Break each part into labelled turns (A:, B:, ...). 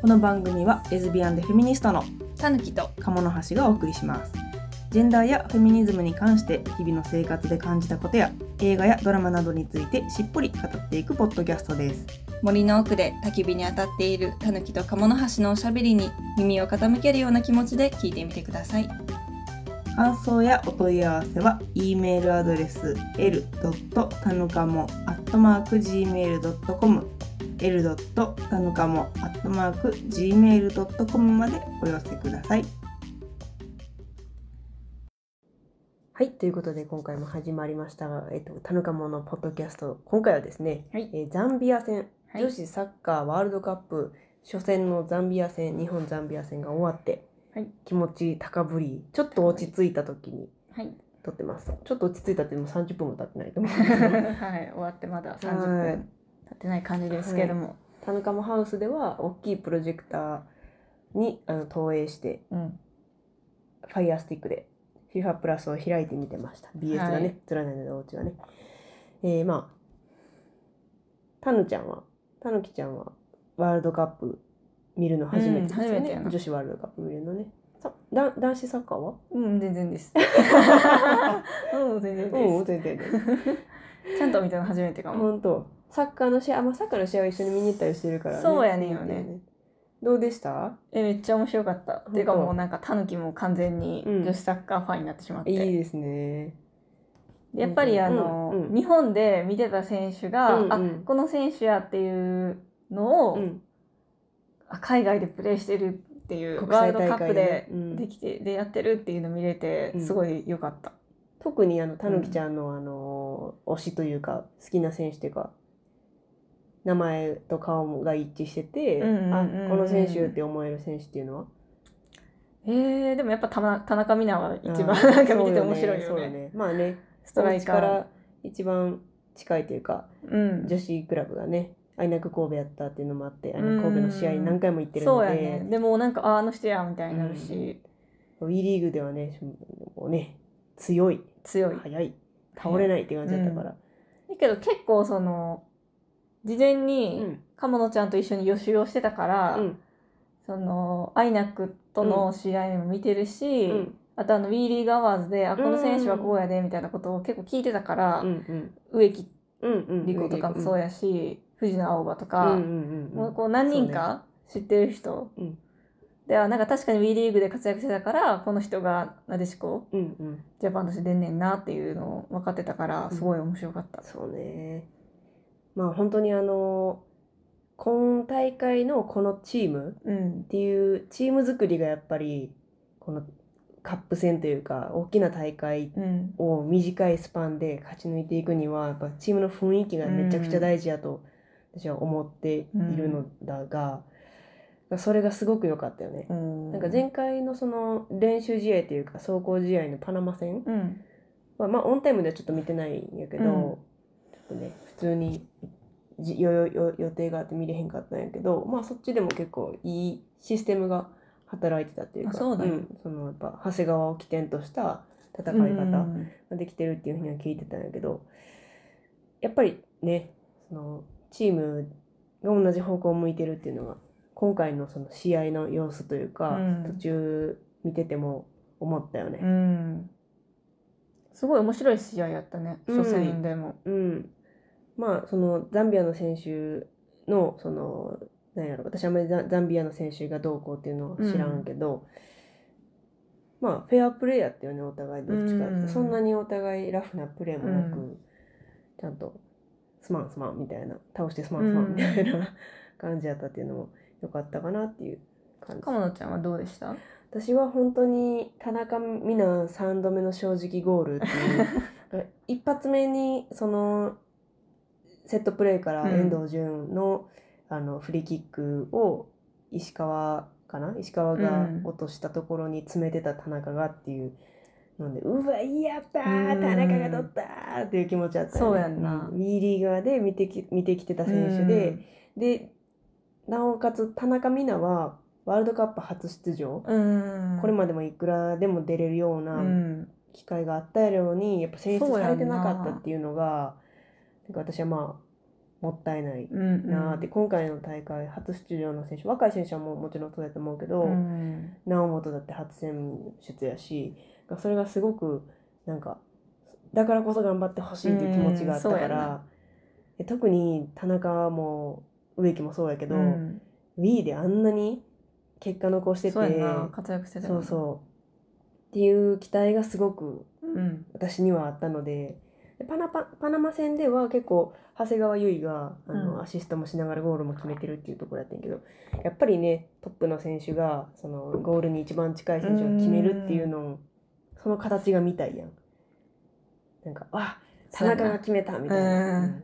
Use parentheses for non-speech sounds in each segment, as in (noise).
A: この番組はレズビアンでフェミニストの
B: たぬきと
A: 鴨の橋がお送りしますジェンダーやフェミニズムに関して日々の生活で感じたことや映画やドラマなどについてしっぽり語っていくポッドキャストです
B: 森の奥で焚き火に当たっているたぬきと鴨の橋のおしゃべりに耳を傾けるような気持ちで聞いてみてください
A: 感想やお問い合わせは e メールアドレス l. たぬかも @gmail.com l. たぬかも @gmail.com までお寄せください
C: はい、ということで今回も始まりましたが、えっと、タヌカモのポッドキャスト、今回はですね、
B: はい
C: えーザンビア戦、
B: はい
C: 女子サッカーワールドカップ初戦のザンビア戦、日本ザンビア戦が終わって、
B: はい
C: 気持ち高ぶり、ちょっと落ち着いた時に
B: はい、
C: 撮ってます。ちょっと落ち着いたってもう30分も経ってないと思うんですけど、
B: (laughs) はい、終わってまだ30分経ってない感じですけども、
C: タヌカモハウスでは大きいプロジェクターにあの投影して、
B: うん
C: ファイアスティックで FIFA プラスを開いてみてました。BS が
B: はい
C: ね、連なないのでお家がね。えー、まあ、たぬちゃんは、たぬきちゃんはワールドカップ見るの初めてです
B: う
C: よ
B: ん初めて
C: ね
B: や。な
C: 女子ワールドカップ見るのね。さだ男子サッカーは
B: うん全然です (laughs) うん全然
C: うん、
B: で
C: 全然です。
B: すちゃんと見たの初めてかも、
C: 本当サッカーの試合、あ、まあ、サッカーの試合は一緒に見に行ったりしてるから、
B: そうやねんよね
C: いいだ。どうでした
B: えめっちゃ面白かった
C: 当
B: ていうかもうなんかたぬきも完全に
C: うん
B: 女子サッカーファンになってしまって、
C: いいですね。
B: でやっぱりあの、
C: うんうん
B: 日本で見てた選手が、
C: うんうん
B: あこの選手やっていうのを、
C: うん、
B: あ海外でプレーしてるっていう
C: 国
B: ワー
C: 際
B: ルド
C: 大
B: カップ
C: 会でね
B: で
C: うん
B: できて、でやってるっていうの見れて
C: うん
B: すごい良かった、
C: 特にあのたぬきちゃんの、あの推しというか好きな選手というか名前と顔が一致してて、
B: うんうんうんうん
C: あこの選手って思える選手っていうのは
B: えー、でもやっぱ田田中美奈は一
C: あ
B: 番
C: ー
B: なんか見
C: そ
B: て
C: う
B: て面白いよね
C: そうねまあね
B: ス
C: ス
B: ト
C: ト
B: ラ
C: ラ
B: イ
C: イ
B: カ
C: カ
B: ー
C: から一番近いというか
B: うん
C: 女子クラブがねアイナック神戸やったっていうのもあってアイナック神戸の試合に何回も行ってるの
B: そう
C: で、
B: やねでもなんかああの人やみたいになるし、
C: うん WE リーグではねもうね強い
B: 強い
C: 速い倒れないって感じだったから、
B: だけど結構その事前に鴨野ちゃんと一緒に予習をしてたから、
C: うん
B: そのアイナックとの試合も見てるし、
C: うん
B: あとあのウィーリーグアワーズで、あこの選手は
C: うん
B: こうやでみたいなことを結構聞いてたから、
C: うんうん
B: 植木
C: うんうん
B: 理子とかもそうやし、藤野青葉と
C: う
B: か、
C: んうんうん
B: もうこう何人か知ってる人、
C: うん
B: であなんか確かにウィーリーグで活躍してたからこの人がなでしこ
C: うんうん
B: ジャパンとして出んねんなっていうのを分かってたから
C: うん
B: すごい面白かった。
C: そうねまあ本当にあの今大会のこのチーム
B: うん
C: っていうチーム作りがやっぱりこのカップ戦というか大きな大会
B: うん
C: を短いスパンで勝ち抜いていくにはやっぱチームの雰囲気がめちゃくちゃ大事やと私は思っているのだが、それがすごく良かったよね。
B: うん
C: なんか前回のその練習試合というか走行試合のパナマ戦
B: うん
C: まあ、まあオンタイムではちょっと見てないんやけど、ち
B: うん
C: ょっとね普通にじよよよ予定があって見れへんかったんやけどまあそっちでも結構いいシステムが働いてたっていうか
B: あそうだね
C: んそのやっぱ長谷川を起点とした戦い
B: うん
C: 方ができてるっていうふうには聞いてたんやけどやっぱりねそのチームが同じ方向を向いてるっていうのが今回のその試合の様子というか、
B: うん
C: 途中見てても思ったよね。
B: うんすごい面白い試合やったね、
C: うん
B: 初戦でも。
C: うん、まあそのザンビアの選手のそのなんやろ私はあんまりザザンビアの選手がどうこうっていうのは知らんけど、まあフェアプレーやったよねお互いどっちかって、
B: うん
C: そんなにお互いラフなプレーもなく、
B: う
C: ちゃんとすまんすまんみたいな倒してすまんすまんみたいな、 (laughs) 感じやったっていうのも良かったかなっていう感じ。
B: 鴨野ちゃんはどうでした
C: 私は本当に田中美奈3度目の正直ゴールっていう一発目にそのセットプレーから
B: うん
C: 遠藤純の,、あのフリーキックを石川かな石川が
B: うん
C: 落としたところに詰めてた田中がっていうので、うわやった
B: う
C: ー
B: ん
C: 田中が取ったーっていう気持ちだった
B: そうやんな
C: ウィーリーガーで見てき見てきてた選手で、でなおかつ田中美奈はワールドカップ初出場、
B: うん、
C: これまでもいくらでも出れるよう
B: う、
C: なん機会があったようにやっぱ選出
B: そうや
C: さ
B: んな
C: れてなかったっていうのがなんか私はまあもったいない
B: うんうん
C: なあって、今回の大会初出場の選手若い選手はもうもちろんそうだと思うけど、
B: うん
C: 猶本だって初選出やしそれがすごくなんかだからこそ頑張ってほしいっていう気持ちがあった
B: うん
C: か
B: そうやな
C: ら、で特に田中も植木もそうやけど、
B: うん、
C: Wii であんなに結果残してて
B: そうやな活躍してたよ
C: そ
B: な
C: うそうっていう期待がすごく
B: うん
C: 私にはあったのででパナパパナマ戦では結構長谷川唯があの、
B: うん
C: アシストもしながらゴールも決めてるっていうところやったんやけどやっぱりねトップの選手がそのゴールに一番近い選手が決めるっていうのをその形が見たいやん。なんかあ田中が決めたみたいな。
B: うん
C: うん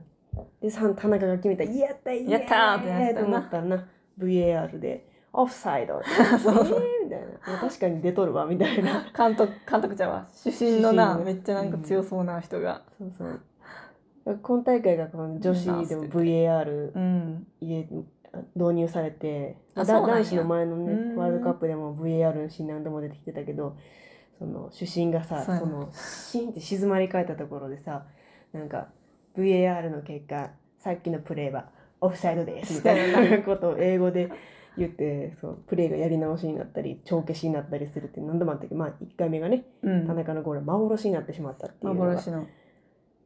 C: でさ田中が決めた「やったイエーイ
B: やったーってなってた
C: と
B: な
C: 思ったらな VAR で「オフサイド」って
B: (laughs) そうそう
C: えーみたいな「いや確かに出とるわ」みたいな
B: 監督監督ちゃんは主審のな
C: 主審の
B: めっちゃなんか強そうな人が、
C: そうそう。今大会がこの女子でも VAR
B: うん、
C: 入れ導入されて、
D: あ
C: だ
D: そうなんや
C: 男子の前の
B: う
C: ね
B: ん
C: ワールドカップでも VAR のシーン何度も出てきてたけど、その主審がさ、
B: そうやな
C: そのシーンって静まり返ったところでさ、なんか VAR の結果さっきのプレーはオフサイドですみたいなことを英語で言って、そうプレーがやり直しになったり帳消しになったりするって何度もあったけど、まあ1回目がね
B: うん
C: 田中のゴールは幻になってしまったっていうのが。
B: 幻の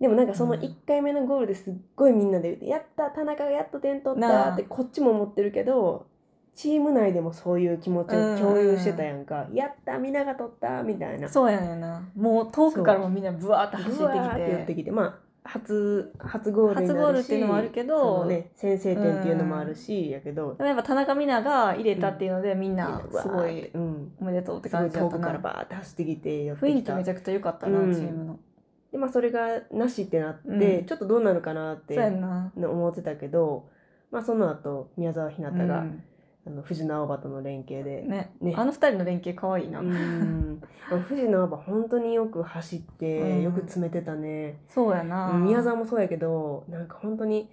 C: でもなんかその
B: うん
C: 1回目のゴールですっごいみんなで言って「やった田中がやっと点取っ
B: な
C: た」
B: あ
C: ってこっちも思ってるけどチーム内でもそういう気持ちを共有してたやんか「やったみんなが取った」みたいな
B: そうやねんなもう遠くからもみんなブワーって走
C: 走
B: っ
C: ってて
B: き
C: きて
B: て
C: 寄ってきてまあ初初ゴールになるし
B: 初ゴールっていうのもあるけど
C: そのね、先制点っていうのもあるし、やけど
B: でもやっぱ田中美奈が入れたっていうので、みんなすごい
C: うん、
B: おめでとうって
C: すご
B: 感
C: い
B: じだ
C: 遠
B: った
C: くから
B: な
C: バーって走ってきて寄って
B: 雰
C: き
B: 囲気
C: た
B: めちゃくちゃ良かったな、
C: うん
B: チームの
C: で、まあ、それがなしってなって、
B: うん
C: ちょっとどうなるかなっ
B: そ
C: て
B: うやんな
C: 思ってたけど、まあ、その後宮澤ひなたが、
B: うん
C: あの藤直葉との連携で。
B: ね
C: ね
B: あの二人の連携可愛いな、
C: うん、藤直葉本当によく走って、
B: うん
C: よく詰めてたね。
B: そうやな
C: 宮沢もそうやけど、なんか本当に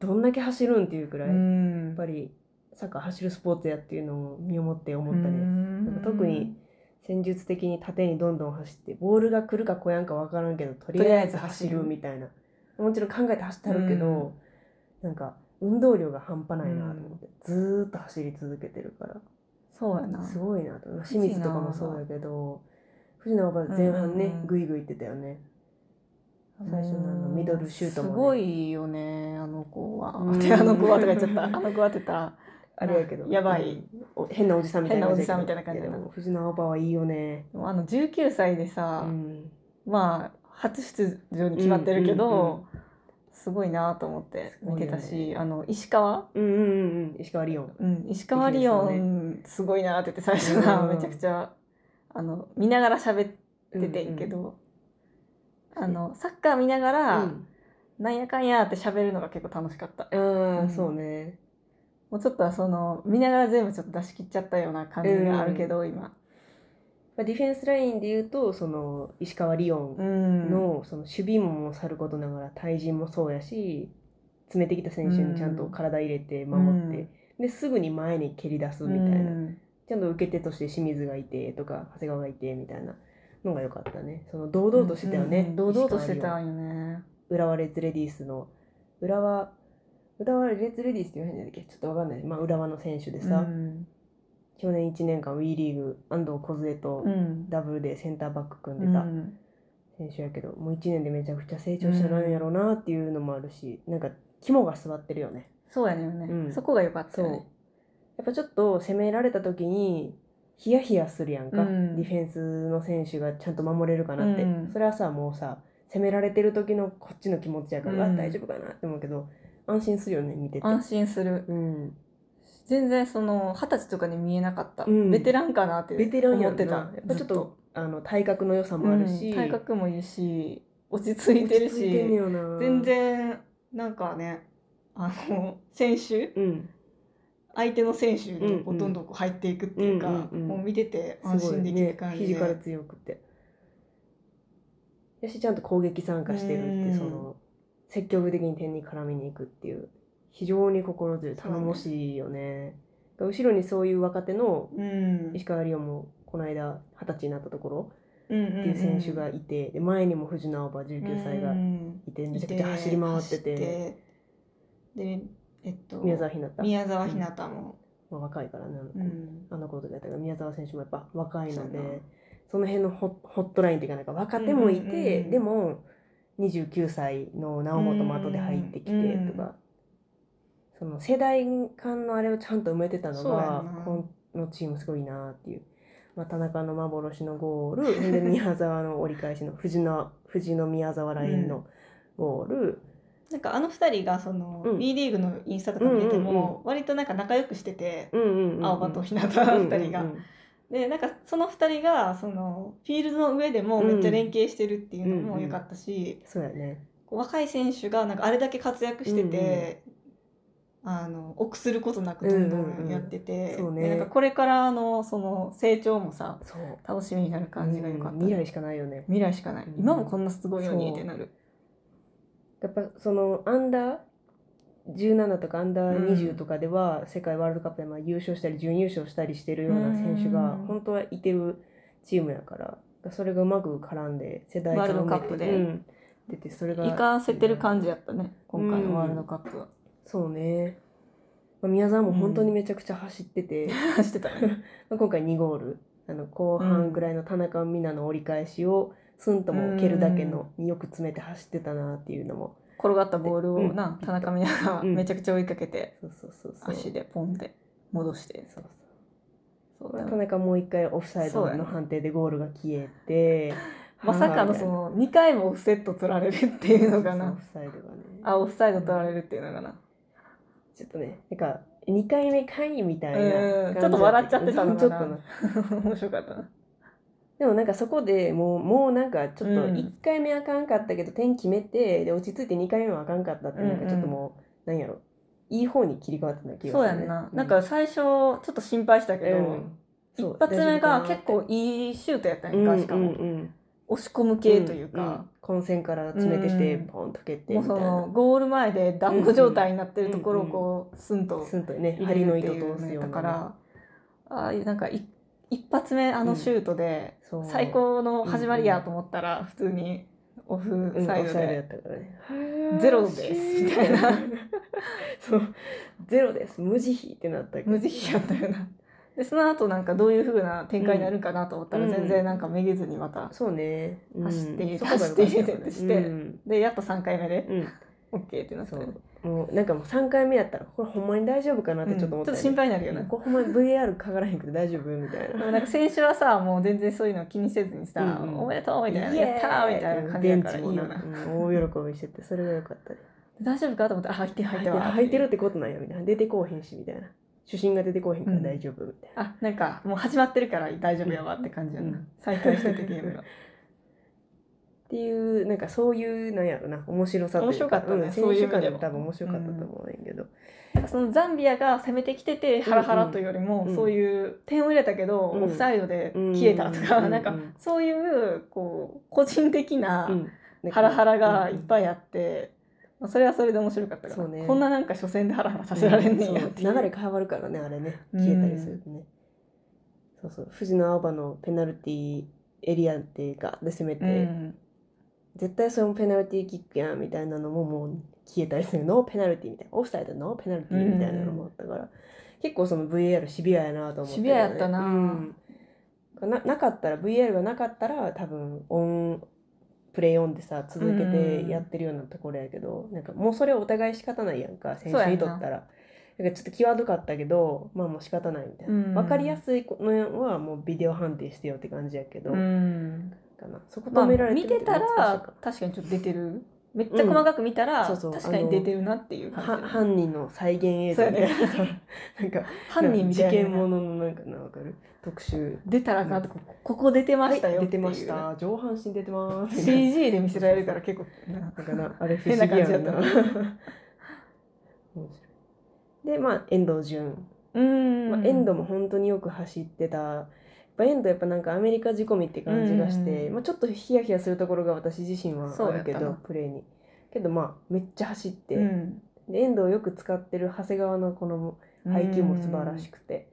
C: どんだけ走るんっていうくらい、
B: う
C: やっ
B: ん
C: ぱりサッカー走るスポーツやっていうのを身をもって思ったね。なん
B: ね
C: か特に戦術的に縦にどんどん走って、ボールが来るか来やんか分からんけど、とりあえず走るみたいな。もちろん考えて走ってはるけど、
B: うん
C: なんか運動量が半端ないなと思って、ずーっと走り続けてるから。
B: そうやな
C: すごいなと清水とかもそうだけど藤野は前半
B: うん
C: ね
B: うんうん
C: グイグイ行ってたよね最初のあのミドルシュートもね
B: すごいよねあの子は
C: うん
B: であの子はとか言っち
C: (laughs)
B: ゃったあの子はって言ったら
C: あれやけど
B: やばい
C: うんお変なおじさんみたいな
B: 変なおじさんみたいな感じだ
C: で
B: な
C: も藤野パはいいよね
B: でもあの19歳で
C: う
B: さ、
C: ん
B: まあ初出場に決まってるけど、
C: うんうんうん
B: すごいなと思って見てた
C: すごい
B: し、
C: よね
B: あの石川、
C: うんうんうん石川リオン
B: うん、石川リオンすごいなって言って最初な、
C: うん
B: めちゃくちゃあの見ながら喋っててんけど、あのサッカー見なが
C: う
B: ら、
C: ん
B: なんやかんやって喋るのが結構楽しかった
C: ああそうね
B: もうちょっとはその見ながら全部ちょっと出し切っちゃったような感じがあるけど、今
C: まあディフェンスラインで言うとその石川リオン
B: ん
C: のその守備もさることながら対人もそうやし詰めてきた選手にちゃんと体入れて守って、ですぐに前に蹴り出すみたいな、ちゃんと受け手として清水がいてとか長谷川がいてみたいなのが良かったね。その堂々としてたよね。
B: うん堂々としてた
C: 石川遼。
B: よね
C: 浦和レッズレディースの浦和浦和レッズレディースって言わへんだっけちょっとわかんない。まあ浦和の選手でさ、
B: うん
C: 去年1年間 WE リーグ安藤梢と
B: うん
C: ダブルでセンターバック組んでた
B: うん
C: 選手やけど、もう1年でめちゃくちゃ成長したなんやろうなっていうのもあるし、なんか肝が座ってるよね。
B: そうやねんね、
C: うん
B: そこが良かった
C: そう
B: よ
C: や
B: ね
C: っぱちょっと攻められた時にヒヤヒヤするやんか、
B: うん
C: ディフェンスの選手がちゃんと守れるかなって、
B: うん
C: それはさもうさ攻められてる時のこっちの気持ちやから、うわ
B: うん
C: 大丈夫かなって思うけど安心するよね見てて。
B: 安心する
C: うん、
B: 全然その二十歳とかに見えなかった、
C: うん
B: ベテランかなって
C: ベテランや
B: 思
C: んな
B: って
C: や
B: た
C: っぱちょっとあの体格の良さ
B: ずっと
C: もあるし、
B: うん体格もいいし落ち着いてる
C: 落ち着いてんね
B: し
C: よな
B: 全、然なんかねあの選手
C: うん、
B: 相手の選手にこ
C: うんう
B: うんどんどんこう入っていくっていうか、
C: うんうんうん
B: もう見てて安
C: すごい
B: 心できる
C: ね
B: 感
C: フィ
B: じ
C: ジ
B: で、
C: カル強くてやしちゃんと攻撃参加してるって、
B: うん
C: その積極的に点に絡みに行くっていう非常に心強い
B: そうね
C: 頼もしいよね後ろにそういう若手の
B: うん、
C: 石川遼もこの間二十歳になったところ
B: うんうん
C: っていう選手がいて、で前にも藤直葉19歳が
B: うん
C: いてめちゃくちゃ走り回ってて
B: 走ってで、えっと、
C: 宮沢ひなた、ま
B: 宮沢ひなたも、
C: あ、若いからねあの子,、
B: うん
C: あの子とかやったけど宮沢選手もやっぱ若いので
B: そうやな
C: その辺のホホットラインっていうかなんか若手もいて、
B: うんうんうんうん
C: でも29歳の直本も後で入ってきてとか、
B: うん
C: その世代間のあれをちゃんと埋めてたの
B: そうや
C: が
B: な
C: このチームすごいなっていう。まあ、田中の幻のゴールほ
B: (laughs)
C: んで宮沢の折り返しの藤の藤の宮沢ラインのゴール、
B: なんかあの二人がその、
C: うん
B: B リーグのインスタとか見てても、
C: うんうん
B: 割となんか仲良くしてて、
C: うんうんうんうん
B: 青葉と日向の二人が。
C: うんうんうん
B: でなんかその二人がそのフィールドの上でもめっちゃ連携してるっていうのも良かったし、
C: そうやね。
B: こう若い選手がなんかあれだけ活躍してて、あの臆することなくどんどんやってて、
C: うんうんうんそうね
B: でなんかこれからのその成長もさ
C: そう。
B: 楽しみになる感じが良かった、
C: 未来しかないよね。
B: 未来しかない、
C: うん
B: 今もこんなすごいようにってなる
C: やっぱそのアンダー17とかアンダー20とかでは世界ワールドカップでまあ優勝したり準優勝したりしてるような選手が
B: うん
C: 本当はいてるチームやからそれがうまく絡んで世代
B: ワール
C: 間
B: ド
C: を
B: カ
C: 埋め
B: ップ
C: て
B: で
C: うん出てそれが
B: 行かせてる感じやったね今回のワールドカップは、
C: そうね、まあ、宮沢も本当にめちゃくちゃ走ってて、
B: 走ってたね
C: (laughs) まあ今回2ゴールあの後半ぐらいの田中美南の折り返しをスンとも蹴るだけのによく詰めて走ってたなっていうのも
B: 転がったボールをな、田中美奈が
C: うん
B: めちゃくちゃ追いかけて、
C: そうそうそうそう
B: 足でポンって戻して
C: そうそう
B: そう
C: ま
B: だ
C: あ
B: ね
C: 田中もう一回オフサイド
B: そうやね
C: の判定でゴールが消えて、
B: (laughs) まさかのその2回もオフセット取られるっていうのが
C: そう
B: な
C: そうオフサイドがね
B: あオフサイド取られるっていうのがな (laughs)
C: ちょっとねなんか2回目かいみたいな
B: う
C: 感
B: ん
C: じ
B: ちょっと笑っちゃってた
C: (laughs)
B: の
C: ち
B: か
C: ょっと
B: な
C: な
B: 面白かったな
C: でもなんかそこでもうもうなんかちょっと
B: うん
C: 1回目あかんかったけど点決めてで落ち着いて2回目もあかんかったってなんかちょっともう、なんやろいい方に切り替わってた気がする、ね、
B: そうやんな、なんか最初ちょっと心配した
C: う
B: けど、
C: んそう
B: 一発目が
C: 大丈夫
B: 結構いいシュートやったん
C: か
B: や
C: なんって
B: かしかも、
C: うんうんうん
B: 押し込む系というか、
C: んん混戦から詰めてて、
B: うん
C: ポンと蹴って
B: も
C: み
B: う
C: たい
B: そ
C: な
B: のゴール前で団子状態になってるところをこうスンと
C: スンとね
B: 入れ
C: 針
B: る
C: の
B: って
C: 糸
B: い
C: を通
B: う
C: す
B: ね
C: ような
B: だからああいうなんかい一発目あのシュートで
C: そう
B: 最高の始まりやと思ったら普通にオフ
C: うん
B: サイド
C: オフや
B: で
C: ったからね
B: ゼロですみたいな
C: そうゼロです無慈悲ってなったけど
B: 無慈悲やったよな。でその後なんかどういう風な展開になるかなと思ったら
C: うん
B: 全然なんかめげずにまた、
C: そうね、うん
B: 走って入れて
C: そこが良か
B: 走って入れ
C: ったよね
B: てして
C: うん
B: でやっと3回目で
C: うん
B: OK ってなった
C: そ
B: よね
C: うもうなんかもう3回目やったらこれほんまに大丈夫かなっ
B: う
C: て
B: ん
C: ち
B: ち
C: ょ
B: ょ
C: っ
B: っ
C: と思っ
B: と
C: た、ね
B: 心配になるよな
C: これほんまに VAR かからへんくて大丈夫みたい
B: で
C: な
B: もなんか選手はさもう全然そういうのは気にせずにさ「
C: うんうん
B: おめでとう」みたいな「
C: イエーイ
B: やったー」みたいな感じだからいいよ
C: ベン
B: な
C: チもうん大喜びしててそれが良かったね
B: 大丈夫かと思って「あ入ってる入っ
C: い
B: て
C: や
B: るわ」
C: 履いてるってことなんやみたいな出てこうへんしみたいな主審が出てこうへんから大丈夫みたいな、
B: あなんかもう始まってるから大丈夫やわって感じやな、
C: うん
B: 再開しててゲームが
C: っていうなんかそういうなんやろな面白さという
B: 面白かったね
C: うん、
B: そういう意味
C: 選手間で
B: でも
C: も多分面白かったと思うねんけど、
B: なんかそのザンビアが攻めてきててハラハラというよりも、
C: うん
B: そういう点を入れたけど、
C: うん
B: オフサイドで消えたとか、
C: うん
B: なんか
C: うん
B: そういうこう個人的な
C: うん
B: ハラハラがいっ
C: い
B: ぱいあって、まあ、それはそれで面白かったから、
C: そうね
B: こんななんか初戦でハラハラさせられんねんやっていう、
C: 流れ変わるからねあれね消えたりするとね、そうそう藤野青葉のペナルティーエリアってガーッて攻めて、
B: うん
C: 絶対それもペナルティーキックやんみたいなのももう消えたりするノーペナルティーみたいなオフサイドノーペナルティーみたいなのもあったから、結構その VAR シビアやなと思って、
B: シビアやったな
C: うんななかったら VAR がなかったら多分オンプレイオンでさ続けてやってるようなところやけど、なんかもうそれお互い仕方ないやんか選手にとったら。なんかちょっと際どかったけどまあもう仕方ないみたいな、
B: うん
C: 分かりやすいのはもうビデオ判定してよって感じやけど、
B: うん
C: かなそこ
B: ま
C: 止
B: あ、
C: められて
B: 見
C: るっていうの
B: た
C: は難しいから
B: 確かにちょっと出てるめっちゃ細かく見たら、
C: そうそう
B: 確かに出てるなっていう
C: は
B: 感じ
C: 犯人の再現映像みたいなさ (laughs) なんか
B: 犯人みたいな
C: 事件もののなんかなわかる特集
B: 出たらかこここ出てましたよ
C: は
B: っ
C: い出
B: て
C: て
B: いう、
C: ました上半身出てます
B: (laughs)
C: みたい
B: CG で見せられるから結構な
C: ななんかなあれ不
B: 変
C: 思
B: な
C: 議
B: 感 (laughs)
C: や
B: じだ
C: ん
B: った
C: な面 (laughs) 白いでまあ遠藤純、
B: うん、
C: まあ、遠藤も本当によく走ってたやっぱ遠藤やっぱなんかアメリカ仕込みって感じがして、
B: うん
C: まあ、ちょっとヒヤヒヤするところが私自身はあるけ
B: そうや
C: ど
B: った
C: プレーにけどまあめっちゃ走って、
B: うん
C: で遠藤をよく使ってる長谷川のこの配球も素晴らしくて、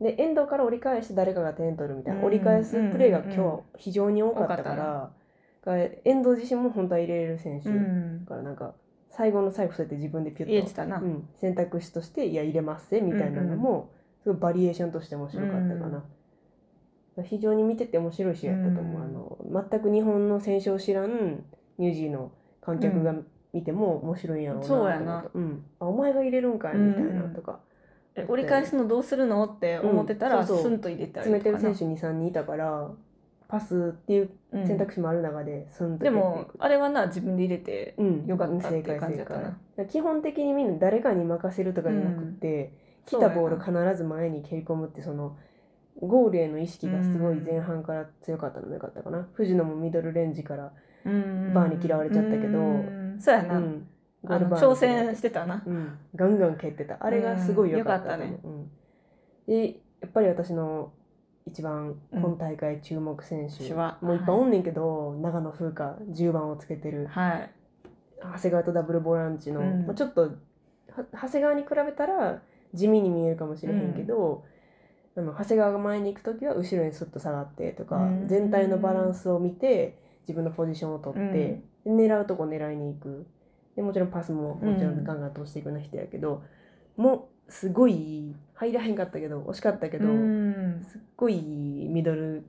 C: で遠藤から折り返して誰かが点取るみたいな、
B: うん
C: 折り返すプレーが今日
B: うんうん
C: は非常に多かったから,、
B: 多か
C: 遠藤自身も本当は入れれる選手
B: うん
C: だからなんか最後の最後そうやって自分でピュッと
B: 入れてたな、
C: うん、選択肢としていや入れますぜみたいなのも、すごいバリエーションとして面白かったかな、非常に見てて面白い試合やったと思う、あの全く日本の選手を知らんニュージーの観客が見ても面白いんやろうなと思った
B: そうやな
C: うん、あお前が入れるんかいみたいなとか、
B: え折り返すのどうするのって思ってた
C: う
B: ら
C: んそうそう
B: スンと入れたり
C: 詰めてる
B: とかな
C: 選手23人いたからパスっていう
B: うん
C: 選択肢もある中で、すんと
B: でもあれはな自分で入れて
C: うん、
B: よかったっていう感じだったな
C: 正解正解基本的にみんな誰かに任せるとかじゃなくて、
B: う
C: 来
B: ん
C: たボール必ず前に蹴り込むってそのゴールへの意識がすごい前半から強かったのもよかったかな、藤野もミドルレンジからバーに嫌われちゃったけど
B: うんそうや
C: う
B: な、
C: ん、ゴ
B: あ
C: ール
B: の
C: バーに
B: 挑戦してたな
C: うん、ガンガン蹴ってたあれがすごい良かったと思
B: うんよ
C: う、うんでやっぱり私の一番今大会注目選手、
B: 手は
C: もういっぱいおんねんけど、長野風花10番をつけてる
B: はい
C: 長谷川とダブルボランチの、
B: うん
C: まあ、ちょっとは長谷川に比べたら地味に見えるかもしれへんけど、あの長谷川が前に行く時は後ろにスッと下がってとか、
B: うん
C: 全体のバランスを見て自分のポジションを取って、狙うとこ狙いに行くでもちろんパスももちろ
B: うん
C: んガンガン通していくような人やけど、もうすごい入らへんかったけど惜しかったけど、
B: うん
C: すっごいミドル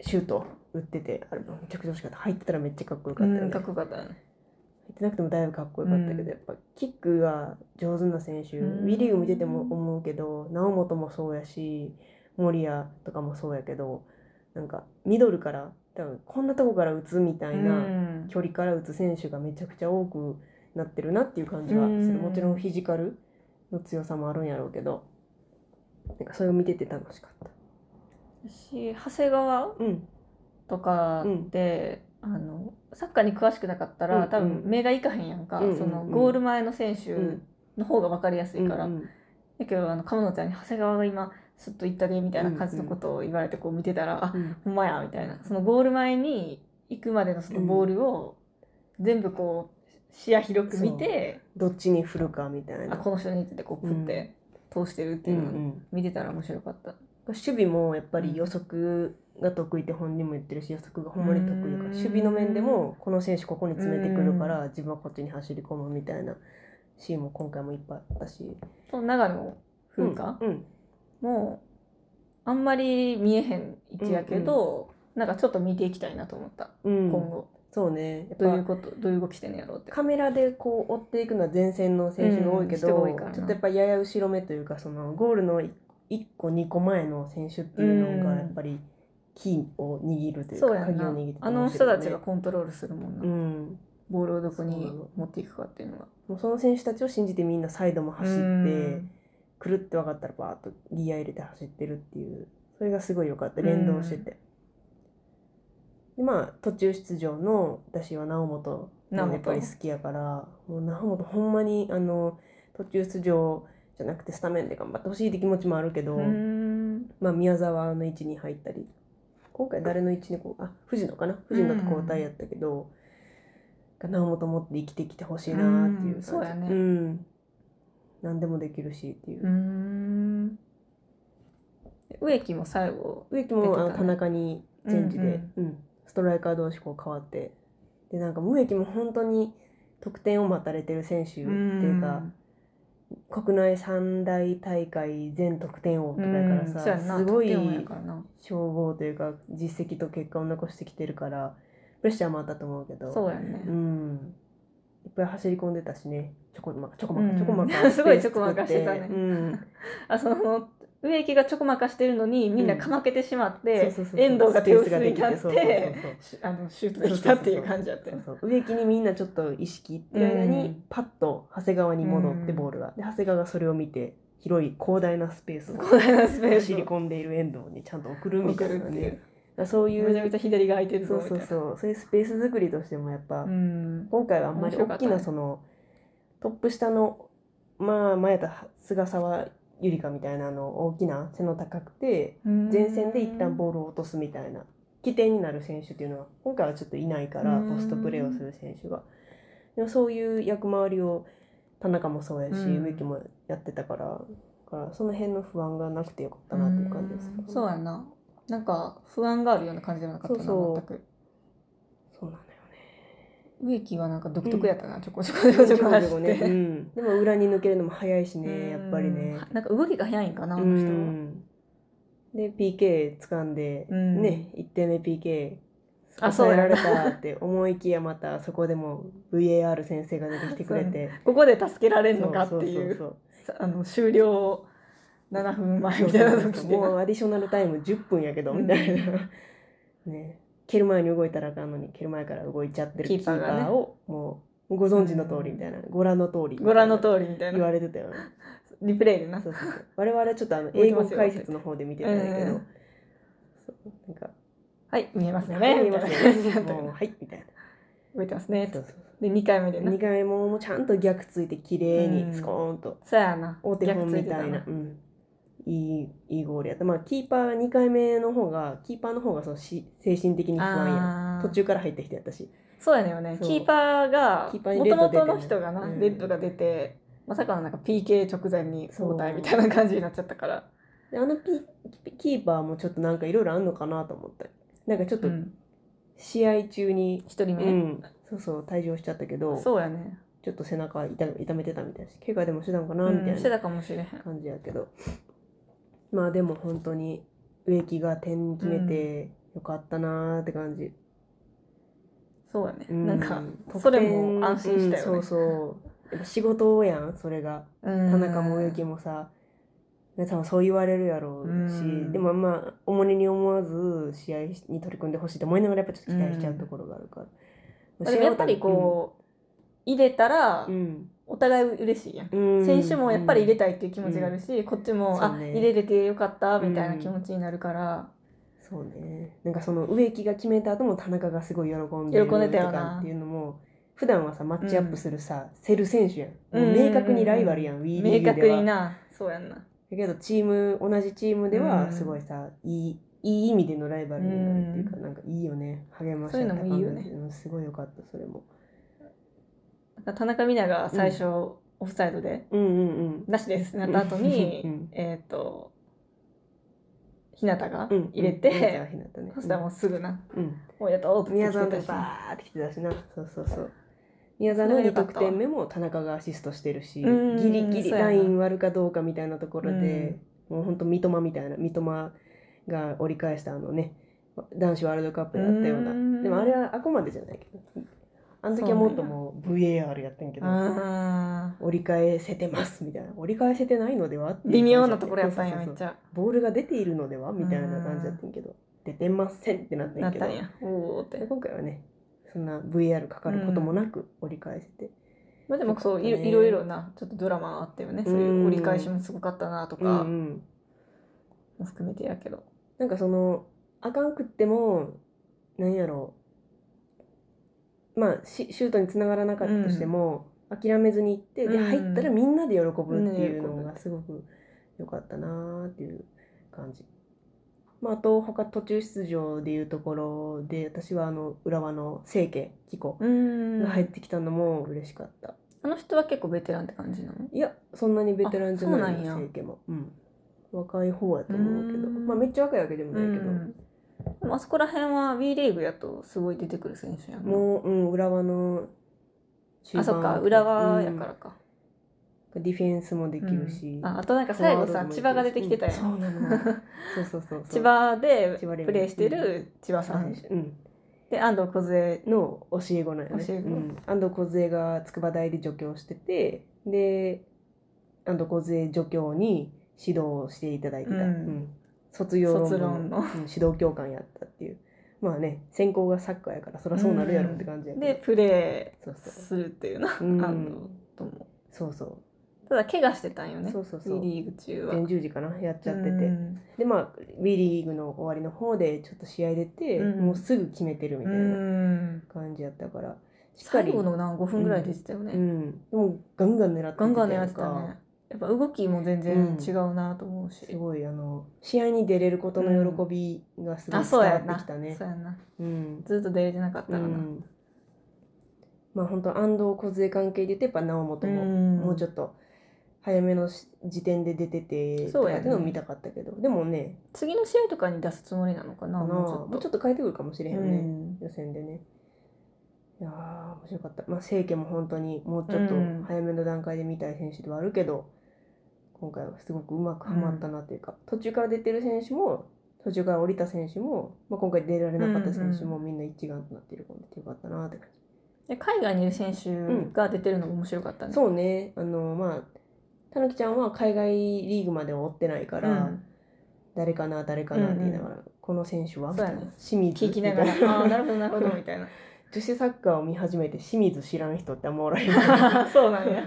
C: シュート打っててあれめちゃくちゃ惜しかった入ってたらめっちゃかっこよかったよね
B: うんかっこよかったよね
C: 入ってなくてもだいぶかっこよかったけど、
B: うん
C: やっぱキックが上手な選手、
B: うん
C: WE リーグ見てても思うけど猶本もそうやし守谷とかもそうやけどなんかミドルから多分こんなとこから打つみたいな、
B: うん
C: 距離から打つ選手がめちゃくちゃ多くなってるなっていう感じはする、
B: うん
C: もちろんフィジカルの強さもあるんやろうけどなんかそれを見てて楽しかった。
B: し長谷川
C: うん、
B: とかって、あのサッカーに詳しくなかったら、
C: うん
B: 多分目がいかへんやんか、
C: うんうんうん
B: そのゴール前の選手の方が分かりやすいから、
C: うんうん
B: だけどあの鴨野ちゃんに長谷川が今すっと行ったでみたいな感じのことを言われてこう見てたら、あ
C: うん
B: ほんまやみたいなそのゴール前に行くまでのそのボールを全部こう視野広く見て、
C: どっちに振るかみたいな。
B: あこの人にってこうプって通してるって
C: う
B: い
C: ん
B: う
C: う
B: のを
C: ん
B: 見てたら面白かった。
C: 守備もやっぱり予測が得意って本人も言ってるし予測がほんまに得意だから守備の面でもこの選手ここに詰めてくるから自分はこっちに走り込むみたいなシーンも今回もいっぱいあったし
B: と長野風花、
C: うんうん
B: もうあんまり見えへん位置やけど、なんかちょっと見ていきたいなと思った、
C: うん
B: 今後
C: そうねやっぱ
B: どういうことどういう動きしてんのやろうって
C: カメラでこう追っていくのは前線の選手が多いけど、
B: うん人が多いからな
C: ちょっとやっぱやや後ろ目というかそのゴールの1個2個前の選手っていうのがやっぱりキーを握るという
B: そう
C: か
B: やん
C: 鍵
B: な
C: を握って
B: あの人たちが
C: が
B: コントロールするもんな、
C: うん
B: ボールをどこ
C: そう
B: に
C: なの
B: 持っていくかっていうのが
C: もうその選手たちを信じてみんなサイドも走って、
B: うん
C: くるって分かったらバーッとギア入れて走ってるっていうそれがすごい良かった連動してて、でまあ途中出場の私は猶本
B: 猶
C: が
B: 本
C: やっぱり好きやからもう猶本ほんまにあの途中出場じゃなくてスタメンで頑張ってほしいって気持ちもあるけど、
B: うん
C: まあ、宮沢の位置に入ったり今回誰の位置にこうあ藤野かな藤野と交代やったけど、が直元持って生きてきてほしいなっていう感じ、
B: うんそうやね
C: ん何でもできるしっていう、
B: うん植木も最後
C: 植木も、
B: 出てた
C: あ
B: ね
C: の田中にチェンジで、
B: うん
C: うんストライカー同士こう変わってでなんか植木も本当に得点を待たれてる選手っていうか、国内三大大会全得点王とかやから
B: うんそう
C: さ、
B: やんな
C: すごい
B: 得点王やからな
C: 消防というか実績と結果を残してきてるからプレッシャーもあったと思うけど
B: そうやんね、
C: うんいっぱい走り込んでたしねちょこまちょこ
B: うん
C: まちょこまか
B: (laughs) すごいちょこまかしてたね
C: うん
B: あその植木がちょこまかしてるのにみんなかまけてしまって、
C: そうそうそう
B: 遠藤が手
C: スペース
B: 薄
C: が
B: に
C: でき
B: な
C: て
B: っ
C: そうそうそう
B: て
C: そう
B: しあのシュートできたっていう感じだったよね
C: そうそう植木にみんなちょっと意識いってる間
B: う
C: に
B: ん
C: パッと長谷川に戻っ
B: う
C: て
B: ん
C: ボールがで長谷川がそれを見て広い広大なスペースを
B: 広大なスペースを
C: 走り込んでいる遠藤にちゃんと送るみた
B: 送
C: い
B: る
C: な
B: っていう
C: ねそうい
B: めちゃ
C: う
B: めちゃ左が空いてるぞ
C: そ
B: み
C: う
B: たい
C: そ
B: な
C: うそうそういうスペース作りとしてもやっぱ、
B: うん
C: 今回はあんまり
B: 面白か
C: 大
B: った
C: き
B: ね
C: なその、トップ下のまあ前やった菅沢ゆりかみたいなあの大きな背の高くて前線で一旦ボールを落とすみたいな起点になる選手っていうのは今回はちょっといないから
B: うん
C: ポストプレーをする選手がでもそういう役回りを田中もそうやし
B: うん
C: 植木もやってたからだからその辺の不安がなくてよかったなっていう感じです
B: うんそうやななんか不安があるような感じではなかったな
C: そうそう
B: 全く
C: そうなのよね
B: 植木はなんか独特やったな、ちょこちょ (laughs) こちょこちょこ走って、
C: ね、うん、でも裏に抜けるのも早いしねやっぱりね
B: うんなんか動きが早いんかなあ
C: う
B: の人は、
C: んで PK 掴んで、
B: うん
C: ね1点目 PK
B: あそう
C: 抑えられたって思いきやまたそこでも VAR 先生が出てきてくれ
B: (laughs)
C: て
B: ここで助けられるのかっていう
C: そう
B: さあの終了7分前
C: そう
B: (laughs) み
C: そ
B: たいうな
C: そう
B: 時
C: そう
B: で
C: もうアディショナルタイム10分やけどみたいなね蹴る前に動いたらあかんのに蹴る前から動いちゃってる
B: キ
C: キ
B: ー
C: ー
B: パ
C: パ
B: ーがね
C: ーをもうご存知の通りみたいなご覧の通り
B: ご覧の通りみたい
C: 言わ
B: な
C: れてたよね
B: リプレイでな
C: そうそうそう我々はちょっとあの
B: 覚え
C: 英
B: てま
C: 語
B: すよ
C: 解説の方で見てたんだけ
B: う
C: ど、
B: んうん
C: そうなんか
B: はい見えますよね
C: はい
B: みたいな感じだったけ
C: もう
B: ど
C: はいみたいな
B: 覚えてますね
C: そうそう
B: で2回目でな
C: 2回ももうちゃんと逆ついて綺麗にスコーンと
B: そうやな
C: お手本みたいな、うん、いいいいゴールやったまあキーパーが2回目の方がキーパーの方がそのし精神的に不安やん
B: あ
C: 途中から入った人やったし
B: そうやねんよね
C: そう
B: キーパーが
C: キーパーに
B: も
C: レ
B: と
C: ッド
B: も
C: 出て
B: と
C: ね
B: の人がな
C: うん
B: レッドが出てまさかのなんか PK 直前に交代
C: そう
B: みたいな感じになっちゃったから
C: であのピキーパーもちょっとなんかいろいろあんのかなと思ったなんかちょっと
B: うん
C: 試合中に、
B: 一人
C: うん
B: 目
C: そうそう退場しちゃったけど
B: そうやね
C: ちょっと背中痛痛めてたみたいだし怪我でもしてたのかな
B: う
C: み
B: ん
C: た
B: して
C: いな
B: たかもしれへん
C: 感じやけど、まあでも本当に植木が点決めてよかったなーって感じ、
B: そうやね
C: うん
B: なんか
C: 得点
B: それも安心したよ
C: う
B: ね
C: んそうそうやっぱ仕事やんそれが
B: 田
C: 田中も植木もさ皆さんはそう言われるやろうし、
B: うん
C: でもまあ重荷に思わず試合に取り組んでほしいと思いながらやっぱちょっと期待しちゃうところがあるから、
B: まあでもやっぱりこう、入れたら
C: う、うん
B: お互い嬉しいやん、
C: うん
B: 選手もやっぱり入れたいっていう気持ちがあるし、こっちも、
C: そ
B: あ
C: うね
B: 入れれてよかったみたいな気持ちになるから、
C: そうねなんかその植木が決めた後も田中がすごい喜んでる
B: 喜んでたよな
C: とかっていうのも普段はさマッチアップするさ、セル選手やん、
B: うんうんうんうん
C: 明確にライバルやん WE リ
B: 明
C: ーグ
B: 確
C: で
B: に
C: は
B: なそうやんな
C: だけどチーム同じチームではすごいさ、いいいい意味でのライバルになるっていうか、なんかいいよね励まし合った
B: そういうのもいいよね
C: 感じうんすごいよかったそれも
B: なんか田中美奈が最初、オフサイドで
C: うんうんうん
B: なしですってなった後に、
C: うん
B: (laughs) えっ、と日向が
C: うん
B: 入れて、
C: うん宮沢ひなたね
B: そしたらもうすぐな
C: うん
B: 「おめでとう」って
C: 宮
B: 言
C: 沢
B: って
C: た
B: くれ
C: ち
B: た
C: バーって来てたしなそうそうそう宮沢の
B: それ
C: 2
B: が良かっ
C: 得
B: たわ
C: 点目も田中がアシストしてるし
B: うん
C: ギリギリ
B: そうやな
C: ライン割るかどうかみたいなところで、もうほんと三笘みたいな三笘が折り返したあのね男子ワールドカップであったような
B: うん
C: でもあれはあくまでじゃないけどあの時はもっともう VAR やったんやけど
B: あ
C: 折り返せてますみたいな折り返せてないのではって
B: ー
C: いう
B: 微妙なところやったんや
C: そう
B: め
C: そう
B: っ
C: そう
B: ちゃ
C: ボールが出ているのではみたいな感じだったんやけど出てませんってなったん
B: な
C: や
B: っ
C: け
B: た
C: ど
B: んやおおって
C: で今回はねそんな VR かかることもなく折り返せて、
B: まあでもそういろ
C: ね
B: いろいろなちょっとドラマあったよねそういう折り返しもすごかったなと
C: うん
B: か
C: うん
B: も含めてやけど
C: なんかそのあかんくってもなんやろうまあシシュートにつながらなかったとしても、諦めずに行ってで
B: うん
C: 入ったらみんなで喜ぶっていう
B: みん
C: の
B: なで喜
C: がすごく良かったなーっていう感じ。まあ、あと他途中出場でいうところで私はあの浦和の清家紀子
B: うん
C: が入ってきたのも嬉しかった。
B: あの人は結構ベテランって感じなの
C: いやそんなにベテランじゃない
B: あそうなんや
C: よ清家も、うん、若い方やと思うけど
B: うん
C: まあめっちゃ若いわけでも
B: う
C: ないけど、
B: んでもあそこら辺は WE リーグやとすごい出てくる選手やな
C: もう、うん、浦和の中
B: あそっか浦和やからか
C: うんディフェンスもできるし、
B: うんああとなんか最後さ千葉が出てきてたや
C: よそ
B: ん
C: うなのそうそうそうそう
B: (laughs) 千葉で
C: 千葉レ
B: プレーしてる千葉
C: 千
B: さ
C: 葉選
B: ん
C: 手、うん、
B: で安藤梢
C: の教え子なんよね
B: 教え子
C: うん、安藤梢が筑波大で助教しててで安藤梢助教に指導をしていただいてた、
B: うん
C: 卒業
B: 卒論の
C: うん指導教官やったっていうまあね専攻がサッカーやからそりゃそうなるやろって感じやけど、
B: でプレ
C: そう
B: ー
C: そ
B: するっていうな
C: う、うん、
B: 安藤とも
C: そうそう
B: ただ怪我してたんよね
C: そうそうそう
B: WE リーグ中は
C: 前十時かなやっちゃってて、
B: うん
C: でまあ WE リーグの終わりの方でちょっと試合出て、
B: うん
C: もうすぐ決めてるみたいな
B: うん
C: 感じやったからしっかり
B: 最後のな5分ぐらい出てたよね、
C: うん、でもガンガン狙って
B: ガンガン狙
C: や
B: っ
C: ん
B: て
C: か
B: たねやっぱ動きも全然違うなと思うし、
C: すごいあの試合に出れることの喜びがすごい
B: あ
C: 伝
B: そう
C: わ
B: や
C: って
B: な
C: きたね
B: そう。やな
C: うん
B: ずっと出れてなかった
C: う
B: らな、
C: んまあ本当安藤梢関係で言うとやっぱ直本も、もうちょ
B: っ
C: っと早めのし時点で出てて
B: そうやね
C: とかっていうのを見たかったけど、でもね
B: と次の試合とかに出すつもりなのかな
C: あの
B: もうちょ
C: も
B: っ
C: う
B: と
C: ちょっと変えてくるかもしれへん
B: う
C: ね、
B: ん
C: 予選でね。いやー面白かった、まあ、清家も本当にもうちょっと
B: うん
C: 早めの段階で見たい選手ではあるけど、今回はすごくうまくはまったなというか、途中から出てる選手も途中から降りた選手も、まあ、今回出られなかった選手もみんな一丸となっているのでよかったなって感じ、
B: で海外にいる選手が出てるのも面白かったね。
C: そうねあのまあたぬきちゃんは海外リーグまでは追ってないから、
B: うん
C: 誰かな誰かなって言いながら、この選手は
B: そうやね
C: 清水
B: 聞きなが
C: み
B: ら、
C: たいな
B: ああ、なるほど、なるほど、みたいな。
C: (laughs) 女子サッカーを見始めて清水知らん人ってあんまおらへ
B: (laughs)
C: ん
B: そうなんや。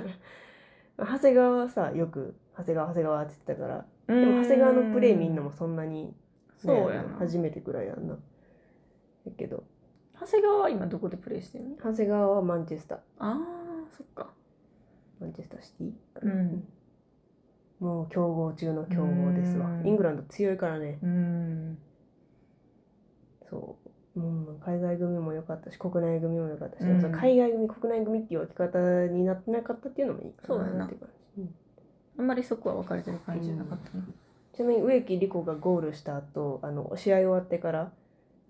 C: 長谷川はさよく長谷川長谷川って言ってたからでも長谷川のプレーみんなもそんなに、ね、
B: そうやな
C: 初めてくらいやんなだけど
B: 長谷川は今どこでプレーしてるの
C: 長谷川はマンチェスター
B: ああ、そっか。
C: マンチェスターシティか
B: う
C: な、
B: ん。
C: もう強豪中の強豪ですわ
B: うん
C: イングランド強いからね
B: うん。
C: そう、うん、海外組も良かったし国内組も良かったし、
B: うん
C: でもその海外組国内組っていう分け方になってなかったっていうのもいいか
B: そうや
C: な
B: な
C: っていう感じ、うん
B: あんまりそこは分かれてる感じじゃなかったな。
C: ちなみに植木理子がゴールした後あの試合終わってから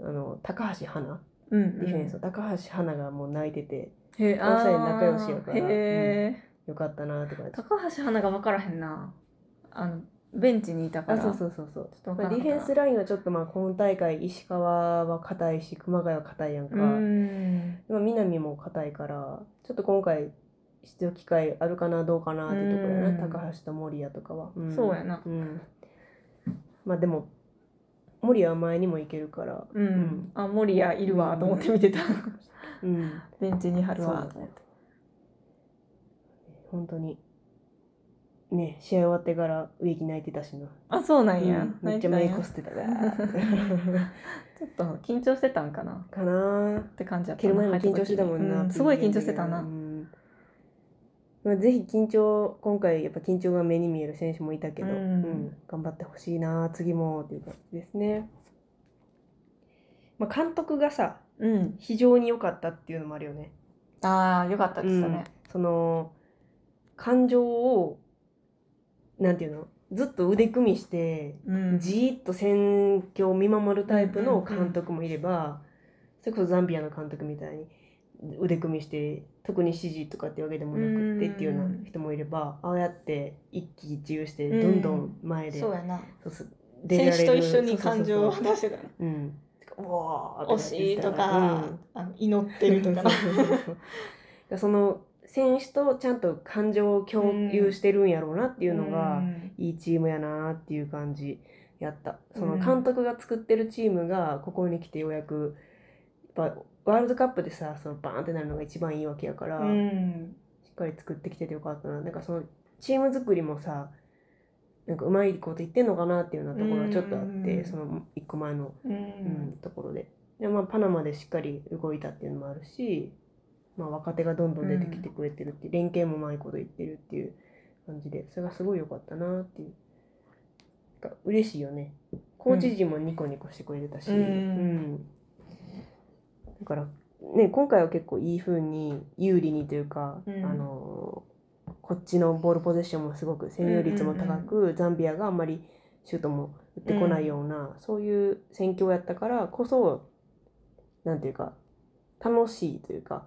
C: あの高橋花
B: うん、うん
C: ディフェンスの高橋花がもう泣いてて
B: へえ、あ
C: 関西
B: ー
C: 仲良しやから
B: へえ、
C: よかったなって感じ
B: 高橋花が分からへんな。あの、ベンチにいたか
C: あ
B: ら。
C: そうそうそうそう
B: ちょっとわか
C: ま
B: ら
C: あ、
B: んか
C: ディ
B: っ
C: フェン
B: たな
C: スラインはちょっとまあ今大会石川は硬いし熊谷は硬いやんか、
B: うん。
C: まあ、南も硬いからちょっと今回出場機会あるかなどうかなっていうところやな、
B: うん
C: 高橋と守谷とかは、ん
B: そうやな。
C: うん、まあでも守谷は前にも行けるから、
B: うん。
C: ん
B: あ、森谷いるわと思って見てた。
C: うん、
B: ベンチに貼るわと思って。
C: 本当にね試合終わってから植木泣いてたしな、
B: あ、そうなん
C: う
B: や
C: ん。めっちゃ目こすって
B: (laughs)
C: た
B: ちょっと緊張してたんかな
C: かな
B: って感じだった
C: 蹴
B: な
C: る前も緊張してたもんな、
B: うすごい緊張してた
C: う
B: な。
C: んまあ、ぜひ緊張今回やっぱ緊張が目に見える選手もいたけど、
B: うん
C: うん頑張ってほしいな次もっていう感じですね、まあ、監督がさ
B: うん。
C: 非常に良かったっていうのもあるよね
B: ああ、よかったですね。
C: その感情をなんていうのずっと腕組みして
B: うん。
C: じーっと戦況を見守るタイプの監督もいればそれこそザンビアの監督みたいに腕組みして特に指示とかってわけでもなくってっていうような人もいればああやって一喜一憂してどんどん前で
E: そうやな
C: そうそう
E: 選手と一緒
C: そう
E: に
C: そうそう
E: 感情を出してたの
C: うんうわー
E: 惜しいとか、
C: うん
E: あの祈ってるとか
C: その選手とちゃんと感情を共有してるんやろうなっていうのが、
E: うん
C: いいチームやなっていう感じやったそうの
B: ん
C: 監督が作ってるチームがここに来てようやくやっぱワールドカップでさそのバーンってなるのが一番いいわけやから、
E: うん
C: しっかり作ってきててよかったななんかそのチーム作りもさなんかうまいこと言ってんのかなっていうようなところがちょっとあって、
E: うん
C: その1個前の、
E: う
C: うん
E: ん
C: ところでで、まあ、パナマでしっかり動いたっていうのもあるし、まあ、若手がどんどん出てきてくれてるっていう、連携もうまいこと言ってるっていう感じでそれがすごい良かったなっていうなんか嬉しいよねコーチ陣もニコニコしてくれてたし、
B: うん
C: うんだから、ね、今回は結構いい風に有利にというか、
B: うん
C: あのこっちのボールポゼッションもすごく占有率も高く、ザンビアがあんまりシュートも打ってこないような、そういう戦況やったからこそなんていうか楽しいというか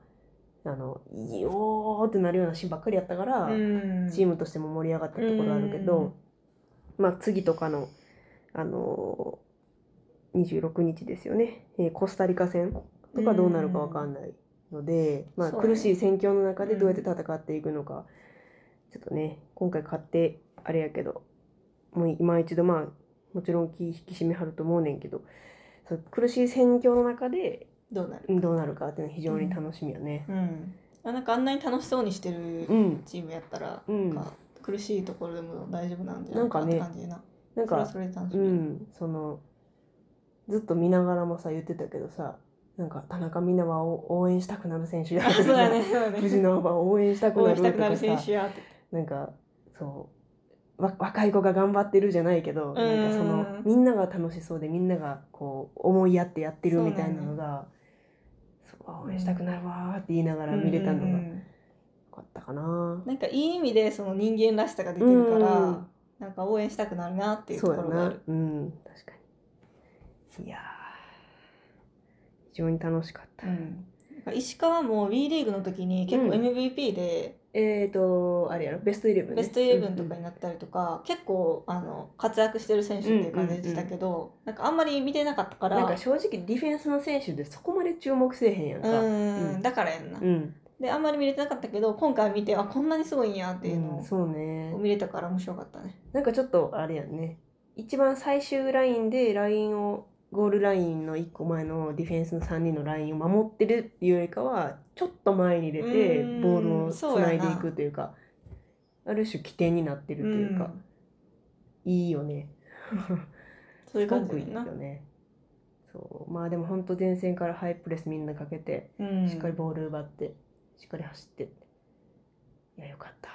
C: あのいいよーってなるようなシーンばっかりやったから、
B: うん
C: チームとしても盛り上がったところあるけど、まあ、次とかの、あのー26日ですよね、えーコスタリカ戦とかどうなるかわかんないので、まあ、
B: そうだね
C: 苦しい戦況の中でどうやって戦っていくのか、ちょっとね今回勝ってあれやけどもう今一度まあもちろん気引き締めはると思うねんけどそう苦しい戦況の中で
E: どうなる
C: うんどうなるかっていうのは非常に楽しみよね。
B: うん。
E: あなんかあんなに楽しそうにしてる
C: うん、
E: チームやったら、
C: うん
E: なんか苦しいところでも大丈夫なんじゃないかなっ
C: なん
E: て
C: かね
E: 感じでな
C: なんか
E: それはそれで楽し
C: う
E: み、
C: ん、そのずっと見ながらもさ言ってたけどさなんか田中美奈はお応援したくなる選手や
E: あ (laughs) そうだねそうだね
C: 藤野は応援したく
E: 応
C: な
E: 援
C: る
E: したく
C: と
E: な
C: か
E: る選
C: さ
E: 手やって
C: なんかそうわ若い子が頑張ってるじゃないけど
E: ん
C: なんかそのみんなが楽しそうでみんながこう思いやってやってるみたいなのがそうあ応援したくなるわーって言いながら見れたのが
E: うんう
C: よ
E: ん
C: かったかな。
E: なんかいい意味でその人間らしさが出てるから、
C: うん
E: なんか応援したくなるなっていうと
C: そ
E: ころ
C: うや
E: があ
C: な
E: る。
C: うん確かにいやー非常に楽しかった。
E: うん石川も B リーグの時に結構
C: うん
E: MVP で
C: えっ、ー、と、あれやろ、ベストイレブン、
E: ベストイレブンとかになったりとか、結構あの活躍してる選手っていう感じでしたけど、なんかあんまり見てなかったから
C: なんか正直ディフェンスの選手でそこまで注目せえへんやん
E: う
C: か。
E: ー
C: うん
E: んだからやんな、
C: うん。
E: であんまり見れてなかったけど今回見てあこんなにすごいんやっていうの
C: そうね
E: を。見れたから面白かったね、
C: なんかちょっとあれやんね。一番最終ラインでラインを、ゴールラインの1個前のディフェンスの3人のラインを守ってるっていうよりかは、ちょっと前に出て
E: うん
C: ボールをつないでいくというか、ある種起点になってるというか、
E: うん
C: いいよね。
E: そういう感じ
C: す
E: だ
C: ごくいい
E: よな
C: よね。そうまあでも本当前線からハイプレスみんなかけて、
E: うん
C: しっかりボール奪ってしっかり走っていやよかった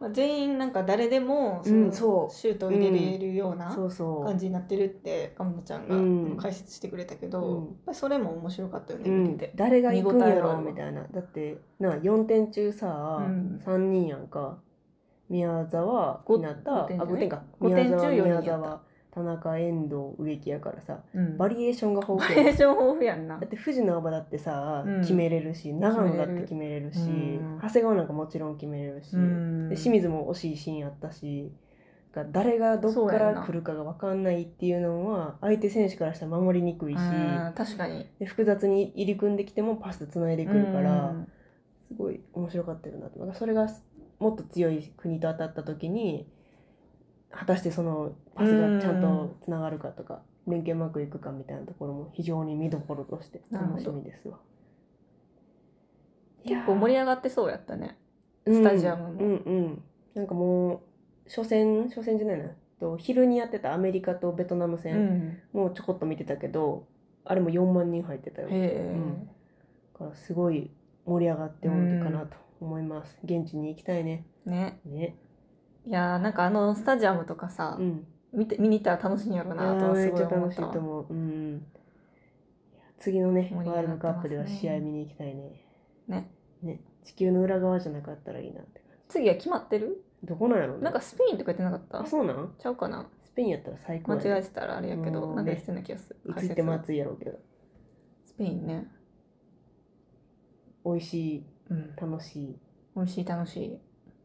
E: まあ、全員なんか誰でも
C: う
E: そ
C: ん
E: の
C: そ
E: シュートを入れれるような
C: そうそう
E: 感じになってるってかもちゃ
C: うんん
E: が解説してくれたけど、
C: うん
E: やっぱりそれも面白かったよね、
C: う
E: 見
C: ん
E: てて。
C: 誰が行くんや
B: 見応えがあ
C: ろ
B: るわ
C: みたいなだってな4点中さ、
E: うん
C: 3人やんか宮沢
B: ご
C: になったあ
B: ご
C: 5点
B: 点じゃない
C: か
B: ご点中
C: 宮沢
B: 四人や
C: 宮
B: った
C: 沢田中遠藤植木やからさ
E: うん
C: バリエーションが豊
B: バ
C: 富
B: リエ
C: や
B: ー
C: ん
B: ション豊富やんな
C: だって富士の馬だってさ、
E: うん
C: 決めれるし長野だって決めれるし、
E: 決めれるうん
C: 長谷川なんかもちろん決めれるし、
E: うん
C: で清水も惜しいシーンあったしだから誰がどこか
B: そうやん
C: ら
B: な
C: 来るかが分かんないっていうのは相手選手からしたら守りにくいし
B: あー確かに
C: で複雑に入り組んできてもパスつないでくるから、
B: うん
C: すごい面白かったよなってなんかそれがもっと強い国と当たった時に果たしてそのパスがちゃんとつながるかとか、連携うまくいくかみたいなところも非常に見どころとして
B: なるほ
C: 楽
B: ど
C: しみですわ。
B: 結構盛り上がってそうやったねスタジアムも
C: うんうんうんなんかもう初戦初戦じゃないなと昼にやってたアメリカとベトナム
B: う
C: 戦、
B: ん
C: もうちょこっと見てたけどあれも4万人入ってたよ。
B: へ
C: うんだからすごい盛り上がっておるかなと思います。現地に行きたいね。
B: えね
C: ね。
B: いやーなんかあのスタジアムとかさ
C: うん。
B: 見て見に行ったら楽しいんやろう
C: い
B: な
C: や
B: と
C: ー
B: は
C: め
B: す
C: っ
B: ご
C: ち
B: い
C: ゃ
B: 思
C: 楽
B: っ
C: しい
B: たわ
C: と思う。うん。いや次のね、
B: 盛り上
C: ワールド
B: がってますね
C: カップでは試合見に行きたいね。
B: ね。
C: ね。地球の裏側じゃなかったらいいなって感
B: 次は決まってる
C: じ。どこなんやろうね
B: なんかスペインとか言ってなかった
C: あ、そうなん
B: ちゃうかな
C: スペインやったら最高
B: 間
C: やね
B: 違えてたらあれやけど、
C: うん
B: なんか言ってたような気がする
C: いつ行っても暑いやろうけど。
B: スペインね、
C: 美味しい、
B: うん、
C: 楽しい、
B: 美味しい楽しい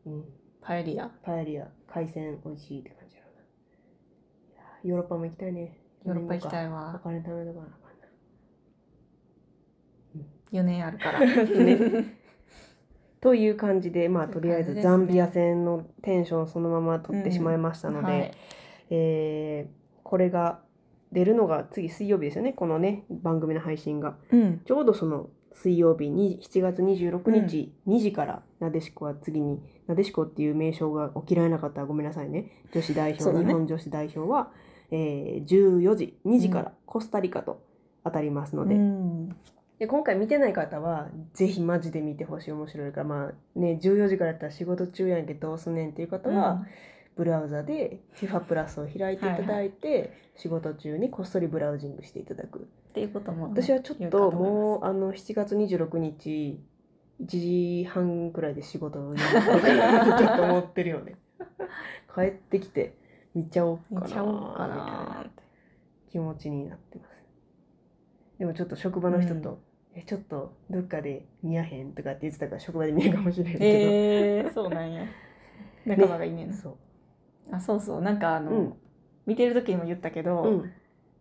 C: うん。
B: パエリア
C: パエリア、海鮮美味しいって感じやろうな。いやーヨーロッパも行きたいね。
B: ヨーロッパ行きた
C: い。
B: い
C: お
B: わ
C: 金貯めとかなあかんな。
B: 4年あるから
C: (laughs) ねという感じで、まあ、とりあえず
B: という
C: ザ
B: 感
C: ン
B: じですね
C: ビア戦のテンションそのまま取ってしまいましたので、
B: はい、
C: えーこれが出るのが次水曜日ですよねこのね番組の配信が
B: うん、
C: ちょうどその水曜日に7月26日2時から、なでしこは次になでしこっていう名称がお嫌いな方はごめんなさいね女子代
B: そ
C: 表、
B: うだね
C: 日本女子代表は、えー14時2時からコスタリカと当たりますので、
B: ん、
C: で今回見てない方はぜひマジで見てほしい面白いからまあね14時からやったら仕事中やんけどうすんねんっていう方は、ブラウザで FIFA プラスを開いていただいて仕事中にこっそりブラウジングしていただく
B: っていうことも
C: 私はちょっともうあの7月26日1時半くらいで仕事
B: (laughs)
C: に行こうかなってちょっと思ってるよね帰ってきて見ちゃおうかな
B: 見ちゃおうか
C: みたい
B: なって
C: 気持ちになってますでもちょっと職場の人と、えちょっとどっかで見やへんとかって言ってたから職場で見るかもしれんけど、
B: え
C: (laughs)
B: ー、そうなんや仲間がいいねんな
C: そ
B: あそうそうなんかあの、
C: うん
B: 見てる時にも言ったけど、
C: ううん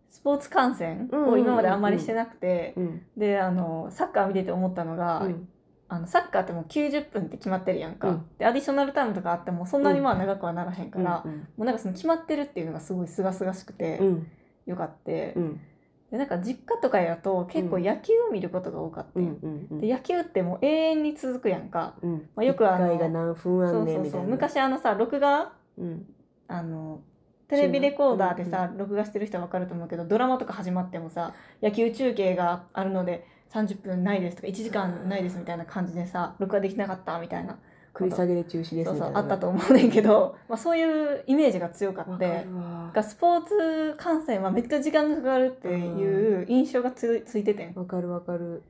B: スポーツ観戦
C: うんうんうんう
B: を
C: ん
B: 今まであんまりしてなくて、
C: うん
B: であのサッカー見てて思ったのが、
C: うん
B: あのサッカーってもう90分って決まってるやんか、
C: うん
B: でアディショナルタイムとかあってもそんなにまあ長くはならへんから、も
C: うん
B: うなんかその決まってるっていうのがすごい清々しくて、
C: うん
B: よかって、
C: うん
B: でなんか実家とかやと結構野球を見ることが多かった、
C: うんうんうん
B: で野球ってもう永遠に続くやんか、
C: うん
B: まあよくあの
C: 一回が何分あ
B: そ
C: ん
B: う
C: ね
B: そ
C: ん
B: う
C: みた
B: そ
C: いうな
B: 昔あのさ録画
C: うん
B: あのテレビレコーダーでさ、録画してる人は分かると思うけどドラマとか始まってもさ野球中継があるので30分ないですとか1時間ないですみたいな感じでさ録画できなかったみたいな
C: 繰り下げで中止です
B: そう
C: み
B: そ
C: たいうな
B: あったと思うねんけど、まあ、そういうイメージが強かっ
C: わ
B: て
C: か
B: だ
C: るわ
B: からスポーツ観戦はめっちゃ時間がかかるっていう印象がついついててん
C: わかるわかる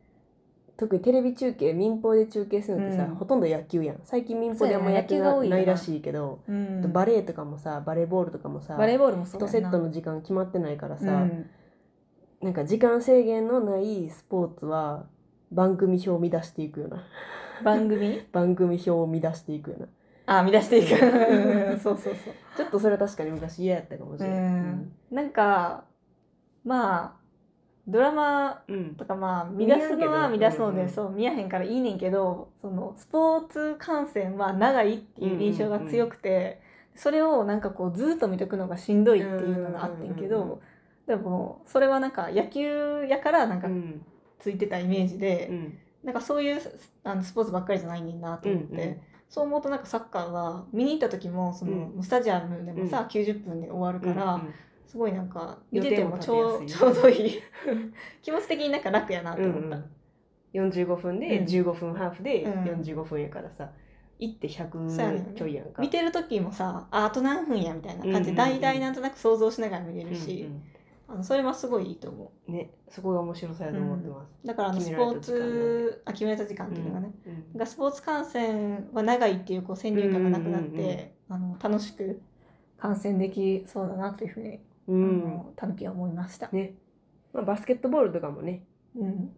C: 特にテレビ中継民放で中継するのってさ、
B: うん
C: ほとんど野球やん最近民放であんま野球
B: そうやね野球が多
C: が
B: いよな
C: ないらしいけど、
B: うん
C: バレーとかもさバレーボールとかもさ
B: バレーボールもそう
C: 1
B: や
C: セッ
B: んな
C: トの時間決まってないからさ、
B: うん
C: なんか時間制限のないスポーツは番組表を乱していくような (laughs)
B: 番組
C: 番組表を乱していくような
B: あ乱していくうんそうそうそう
C: ちょ (laughs) っとそれは確かに昔嫌やったかもしれない、
B: うんなんかまあドラマ
C: うん
B: とかまあ乱すのは
C: 見やん
B: 乱
C: け
B: す
C: ど
B: ので、
C: うんうん
B: そう見やへんからいいねんけどそのスポーツ観戦は長いっていう印象が強くて、それをなんかこうずっと見とくのがしんどいっていうのがあってんけど、
C: うんうんうんうん
B: でもそれはなんか野球やからなん
C: う
B: か
C: ん
B: ついてたイメージで、
C: うん
B: なんかそういうあのスポーツばっかりじゃないねんなと思って、
C: うんうん
B: そう思うとなんかサッカーは見に行った時もその、スタジアムでもさ、
C: うん
B: 90分で終わるから、
C: うんうん
B: すごいなんか見ててもちょ
C: 予
B: う
C: 定
B: ちょ
C: も
B: う
C: 立
B: どいい気持ち的になんか楽やなと
C: うん
B: 思った、
C: うん、45分
B: う
C: で
B: ん
C: 15分ハーフで
B: うん
C: 45分やからさ、行って
B: そうやねん
C: 100ちょいやんか。
B: 見てる時もさああと何分やみたいな感じで
C: うんうんう
B: 大
C: ん
B: 体なんとなく想像しながら見れるし、
C: うん
B: あのそれはすごいいいと思
C: うんね、そこが面白さやと思ってます。
B: うだからあのス
C: 決め
B: ポ
C: られ
B: ー
C: た時間なんて
B: ツあ決められた時間っていうのがね、
C: うん
B: がスポーツ観戦は長いっていうこう先入観がなくなって、
C: うんうんうんうん
B: あの楽しく観戦できそうだなというふう
C: うん
B: に、あのたぬきは思いました、
C: ねまあ、バスケットボールとかもね
B: うん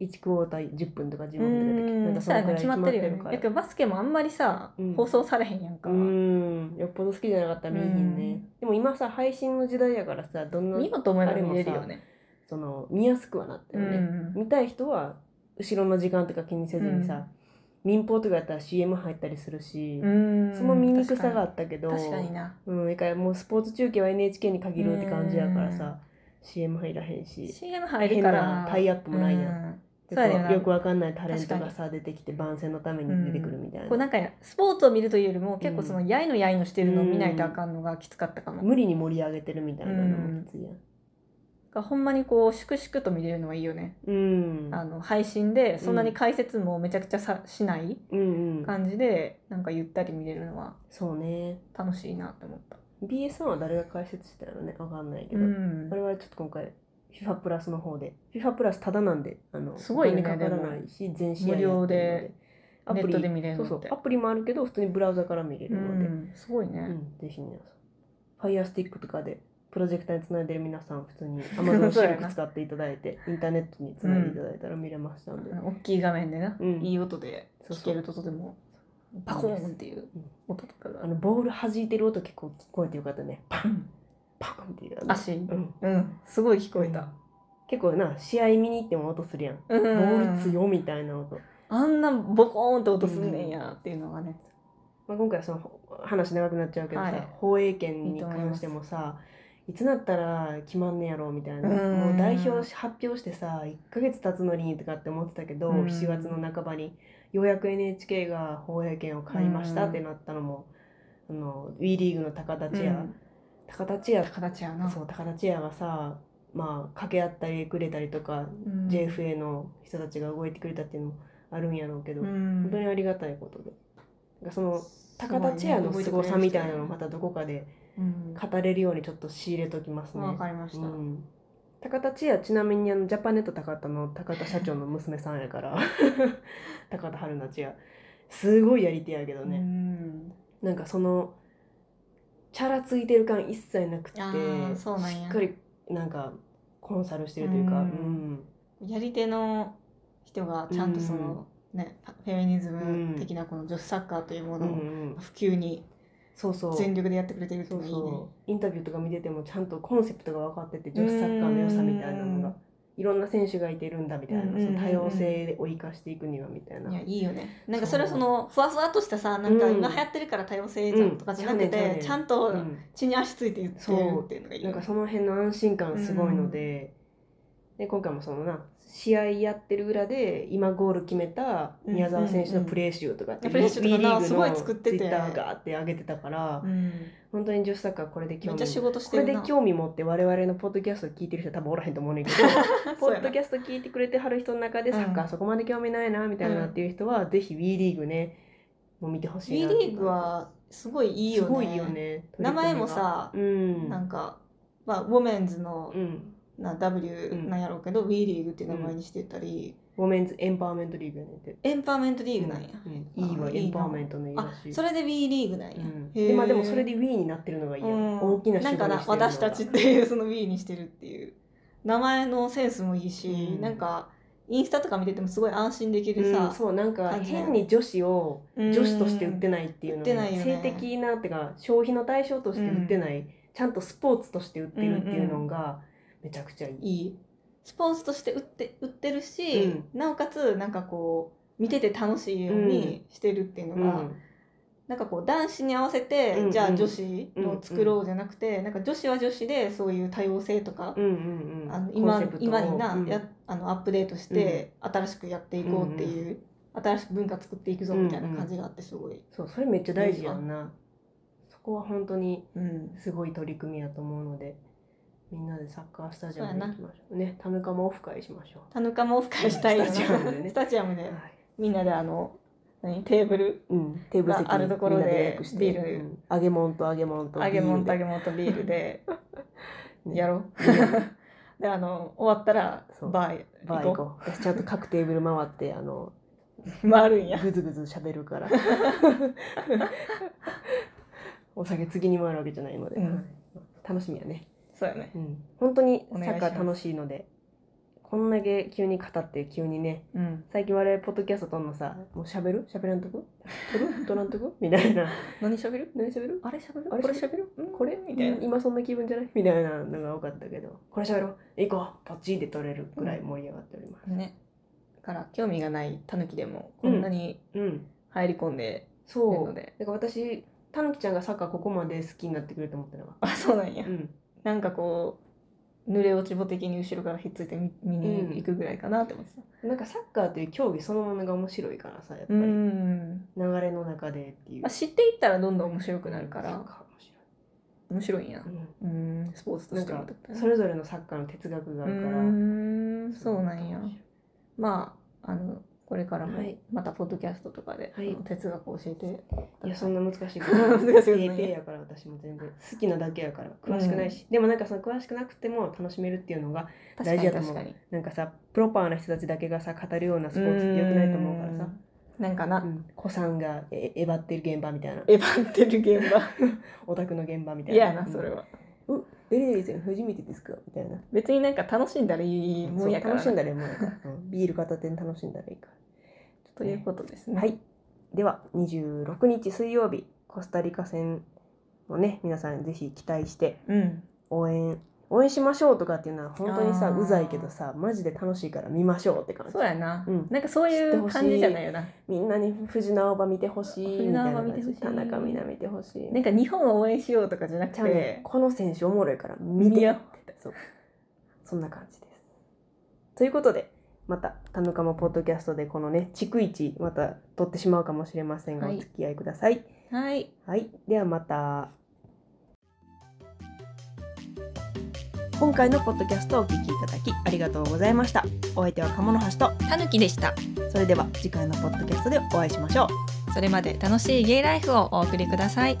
C: 1クォーター10分とか15分
B: う
C: とか
B: ん
C: なんか
B: そうやね決まってるよ
C: 決
B: ね
C: ま
B: だけどバスケもあんまりさ、
C: うん
B: 放送されへんやんか、
C: うんよっぽど好きじゃなかったら見えへんね、
B: うん
C: でも今さ配信の時代やからさどんな
B: 見ようと思えば見れるよね
C: その見やすくはなったよね、見たい人は後ろの時間とか気にせずにさ、民放とかやったら CM 入ったりするし、
B: うん
C: その見にくさがあったけど
B: 確かにな
C: うん、一回もうスポーツ中継は NHK に限るって感じやからさ、CM 入らへんし
B: CM 入るから
C: 変なタイアップもないやん
B: うん
C: よ
B: そうやねんな
C: くよくわかんないタレント
B: 確か
C: が
B: に
C: さ出てきて番宣のために出てくるみたいな,、
B: こうなんかスポーツを見るというよりも結構そのやいのやいのしてるのを見ないとあかんのがきつかったかも、
C: 無理に盛り上げてるみたいなのもきついやん。
B: がほんまにこう粛々と見れるのはいいよね、
C: うん
B: あの配信でそんなに解説もめちゃくちゃさしない
C: うんうん、
B: 感じでなんかゆったり見れるのは
C: そうね
B: 楽しいなと思った、
C: BS1 は誰が解説したのねわかんないけ
B: う
C: ど、
B: ん
C: あ、れはちょっと今回 FIFA プラスの方で FIFA プラスただなんであの
B: すごいね
C: お金かからないし全試合やってるの
B: 無料で
C: ア
B: ネ
C: プ
B: ットで
C: リ
B: 見れる
C: そ
B: の
C: う
B: って
C: そうアプリもあるけど普通にブラウザから見れるので、
B: うんすごいね、
C: うん、ぜひ皆さん。ファイアスティックとかでプロジェクターにつないでる皆さん、普通に Amazon
B: (laughs) そう
C: シ
B: や
C: ル
B: な
C: ク使っていただいて、インターネットにつないでいただいたら見れましたので、
B: 大きい画面でな、
C: うん
B: いい音で
C: そう
B: 聞
C: そう
B: けるととてもパコーンっていう音とかが
C: あのボール弾いてる音結構聞こえてよかったね。パンパンっていうあの。
B: 足
C: うん、
B: うんすごい聞こえた、
C: 結構な、試合見に行っても音するやん。
B: うん
C: ボール強みたいな音。
B: あんなボコーンって音すんねんやっていうのがね、
C: まあ、今回はその話長くなっちゃうけどさ、
B: はい
C: 放映権に関してもさいつなったら決まんねやろうみたいな
B: うん
C: もう代表し発表してさ1ヶ月経つのにとかって思ってたけど
B: うん
C: 7月の半ばにようやく NHK が放映権を買いましたってなったのも、あの WE リーグの高田千
B: う
C: 也、
B: ん
C: 高田千也
B: 形やな
C: そう高田千也がさまあ掛け合ったりくれたりとか、
B: うん
C: JFA の人たちが動いてくれたっていうのもあるんやろうけど、
B: うん
C: 本当にありがたいことで。なんかその
B: すご
C: 高
B: いね
C: 田チェアの凄さみたいなのをま
B: 動
C: たどこかで
B: うん
C: 語れるようにちょっと仕入れときますね。
B: わかりまし
C: う
B: た、
C: ん、高田チェアちなみにあのジャパネット高田の高田社長の娘さんやから (laughs) 高田春菜チェアすごいやり手やけど
B: う
C: ね、
B: ん
C: なんかそのチャラついてる感一切なくてし
B: あーそうなんや
C: っかりなんかコンサルしてるというか、
B: う
C: うんん
B: やり手の人がちゃんとその、ねフェミニズム的なこの女子サッカーというも
C: うんう
B: のを
C: ん、
B: 普及に
C: そうそう
B: 全力でやってくれてるってい
C: そうう
B: のはいいね
C: そうインタビューとか見ててもちゃんとコンセプトが分かってて女子サッカーの良さみたいなの
B: うん
C: がいろんな選手がいてるんだみたいな
B: うん
C: そ
B: うんうんうん
C: の多様性を生かしていくにはみたいない
B: やいいよねなんかそれはそのふわふわっとしたさなんか
C: うん
B: 今流行ってるから多様性じゃんとかじゃなくて、
C: うん
B: ちゃんと
C: うん
B: 血に足ついて言ってるっていうのがいい
C: な
B: よ
C: んか
B: ね
C: その辺の安心感すごいので,、で今回もそのな試合やってる裏で今ゴール決めた宮澤選手のプレー集とかって
B: うんうんうんプレー集とかな
C: WE
B: すごい作ってて
C: ツイッターがーって上げてたから、
B: うん
C: 本当に女子サッカーこれで
B: め
C: 興
B: っ
C: 味
B: ちゃ仕事し
C: こ
B: て
C: れ
B: る
C: で
B: な
C: 興味持って我々のポッドキャスト聞いてる人多分おらへんと思うねんけどポ
B: (laughs) そうや
C: ッ
B: な
C: ドキャスト聞いてくれてはる人の中で
B: うん
C: サッカーそこまで興味ないなみたいなっていう人は、ぜひ WE リーグねもう見てほしい
B: B
C: な
B: リーグはすごいいい
C: い
B: よね
C: すごいよね
B: 名前もさ
C: 取り組みがうん
B: なんか、まあ、ウォメンズの
C: うん
B: な W
C: うん
B: なんやろうけど、B リーグっていう名前にしてたり、
C: ウォメンズエンパワーメントリーグやねんて
B: エンパワーメントリーグなんや、
C: うん E はエンパワーメントの意味
B: あ
C: らしい
B: それで B リーグなんや、
C: うん
B: へー
C: でまあでもそれで WE になってるのがいいやん、
B: うん
C: 大きな仕事
B: なんかな私たちっていうその B にしてるっていう名前のセンスもいいし、
C: うん
B: なんか
E: インスタとか見ててもすごい安心できる
C: うん、
E: さ、
C: そうなんか
E: 感じだよ
C: 変に女子を
E: 女
C: 女子として売ってないっていうの
E: 売ってないよね
C: 性的なってか消費の対象として売ってない、ちゃんとスポーツとして売ってるっていうのがめちゃくちゃいい。
E: いいスポーツとして売って売ってるし、
C: う
E: なおかつなんかこう見てて楽しいようにしてるっていう
C: う
E: のが、
C: ん
E: なんかこう男子に合わせて、
C: うんうん
E: じゃあ女子の作ろうじゃなくて、なんか女子は女子でそういう多様性とか、
C: うんうんうん
E: あの
C: コ
E: 今
C: ンセプトを
E: 今にな、
C: うん
E: やあのアップデートして新しくやっていこうっていう、新しく文化作っていくぞみたいな感じがあってすごい、
C: そうそれめっちゃ大事やんなそこは本当に
E: うん
C: すごい取り組みやと思うのでみんなでサッカースタジアム
E: そう
C: に
E: や
C: 行
E: な
C: きましょうねタヌカマオフ会しましょ
E: 田中もオフ会したいよな
C: スタジアムでね
E: スタジアム
C: う、
E: で
C: はい
B: みんなであの何テーブル
C: うん、テーブル席
B: があるところ
C: み
B: で
C: んな予約して
B: ビール
C: うん揚げもんと揚げもんとビー
B: 揚
C: ルで
B: げ物と揚げ物とビー
C: (laughs)
B: ルで
C: ね
B: やろう
C: いいよ
B: (laughs) であの終わったら
C: そう
B: バー
C: バー
B: 行
C: 行
B: こ
C: こう私ちゃんと各テーブル回ってあの
B: う回るんや
C: ぐずぐず喋るから (laughs) お酒次に回るわけじゃないので、
B: うん
C: 楽しみやね
B: そうやね
C: うん、本当に
B: お
C: サ
B: 願いし
C: ッ
B: ます
C: カー楽しいのでこんだけ急に語って急にね
B: うん
C: 最近我々ポッドキャスト撮んのさもうしゃべるしゃべらんとこ撮 (laughs) る撮らんとこみたいな
B: 何喋る
C: 何しゃべる
B: あれ喋る
C: あれ
B: これ喋る
C: これみ
B: み
C: た
B: た
C: い
B: い
C: な
B: な
C: 今そんな気分じゃないみたいなのが多かったけどこれしゃべろう行こうポチで撮れるぐらい盛り上がっております
B: ねだから興味がないタヌキでもこんなに
C: うん、
B: 入り込んでる
C: そ
B: の
C: う
B: で、
C: だから私たぬきちゃんがサッカーここまで好きになってくれると思ってなかっ
B: あそうなんや
C: た、うん、
B: なんかこう濡れ落ちぼ的に後ろからひっついて見見に行くぐらいかなって思ってた
C: なんかサッカーっていう競技そのものが面白いからさやっぱ
B: う
C: り、
B: ん、
C: 流れの中でっていう
B: まあ、知っていったらどんどん面白くなるか
C: サッ
B: ら
C: カー面白い
B: 面白いんや
C: うん
B: うんスポーツとしても
C: それぞれのサッカーの哲学があ
B: う
C: るから、
B: んそうなんやまああのこれからも
C: はい
B: またポッドキャストとかで、
C: はい
B: あの哲学を教えて
C: いやそんな難しいこと
B: (laughs) 難しいことな
C: ペ
B: い
C: ーペーやから私も全然好きなだけやから詳しくないし、でもなんかその詳しくなくても楽しめるっていうのが大事やと思う
B: 確かに
C: なんかさプロパーな人たちだけがさ語るようなスポーツってよくないと思うからさ、
B: うんなんかな、
C: うん、子さんがええばってる現場みたいな
B: エヴァンテル
C: (laughs)
B: 現場
C: オタクの現場みたいな
B: 嫌やなそれは
C: うん「誰々さん初めてですか?」みたいな
B: 別になんか楽しんだらいいもんやから
C: そう楽しんだ
B: な
C: らいいもんやから、うんビール片手に楽しんだらいいから
B: ということですね
C: はい。では、26日水曜日、コスタリカ戦をね、皆さんぜひ期待して
B: うん
C: 応援、応援しましょうとかっていうのは本当にさ、
B: あー
C: うざいけどさ、マジで楽しいから見ましょうって感じ
B: そう。やな、
C: うん
B: なんかそういう感じじゃないよな
C: みんなに藤直場見てほしい
B: 藤
C: みたい
B: 直
C: な
B: 葉
C: 感じ
B: 見てほしい
C: 田中みな見てほしい。
B: なんか日本を応援しようとかじゃなく
C: じゃあね
B: て、
C: この選手おもろいから見て
B: 見
C: よ
B: よ
C: って。そう。そんな感じです。ということで、また、田中もポッドキャストでこのね、逐一また撮ってしまうかもしれませんが、
B: はい
C: お付き合いください。
B: はい
C: はい、ではまた。今回のポッドキャストをお聞きいただきありがとうございました。お相手は鴨の橋と、
F: たぬきでした
C: それでは次回のポッドキャストでお会いしましょう。
F: それまで楽しいゲイライフをお送りください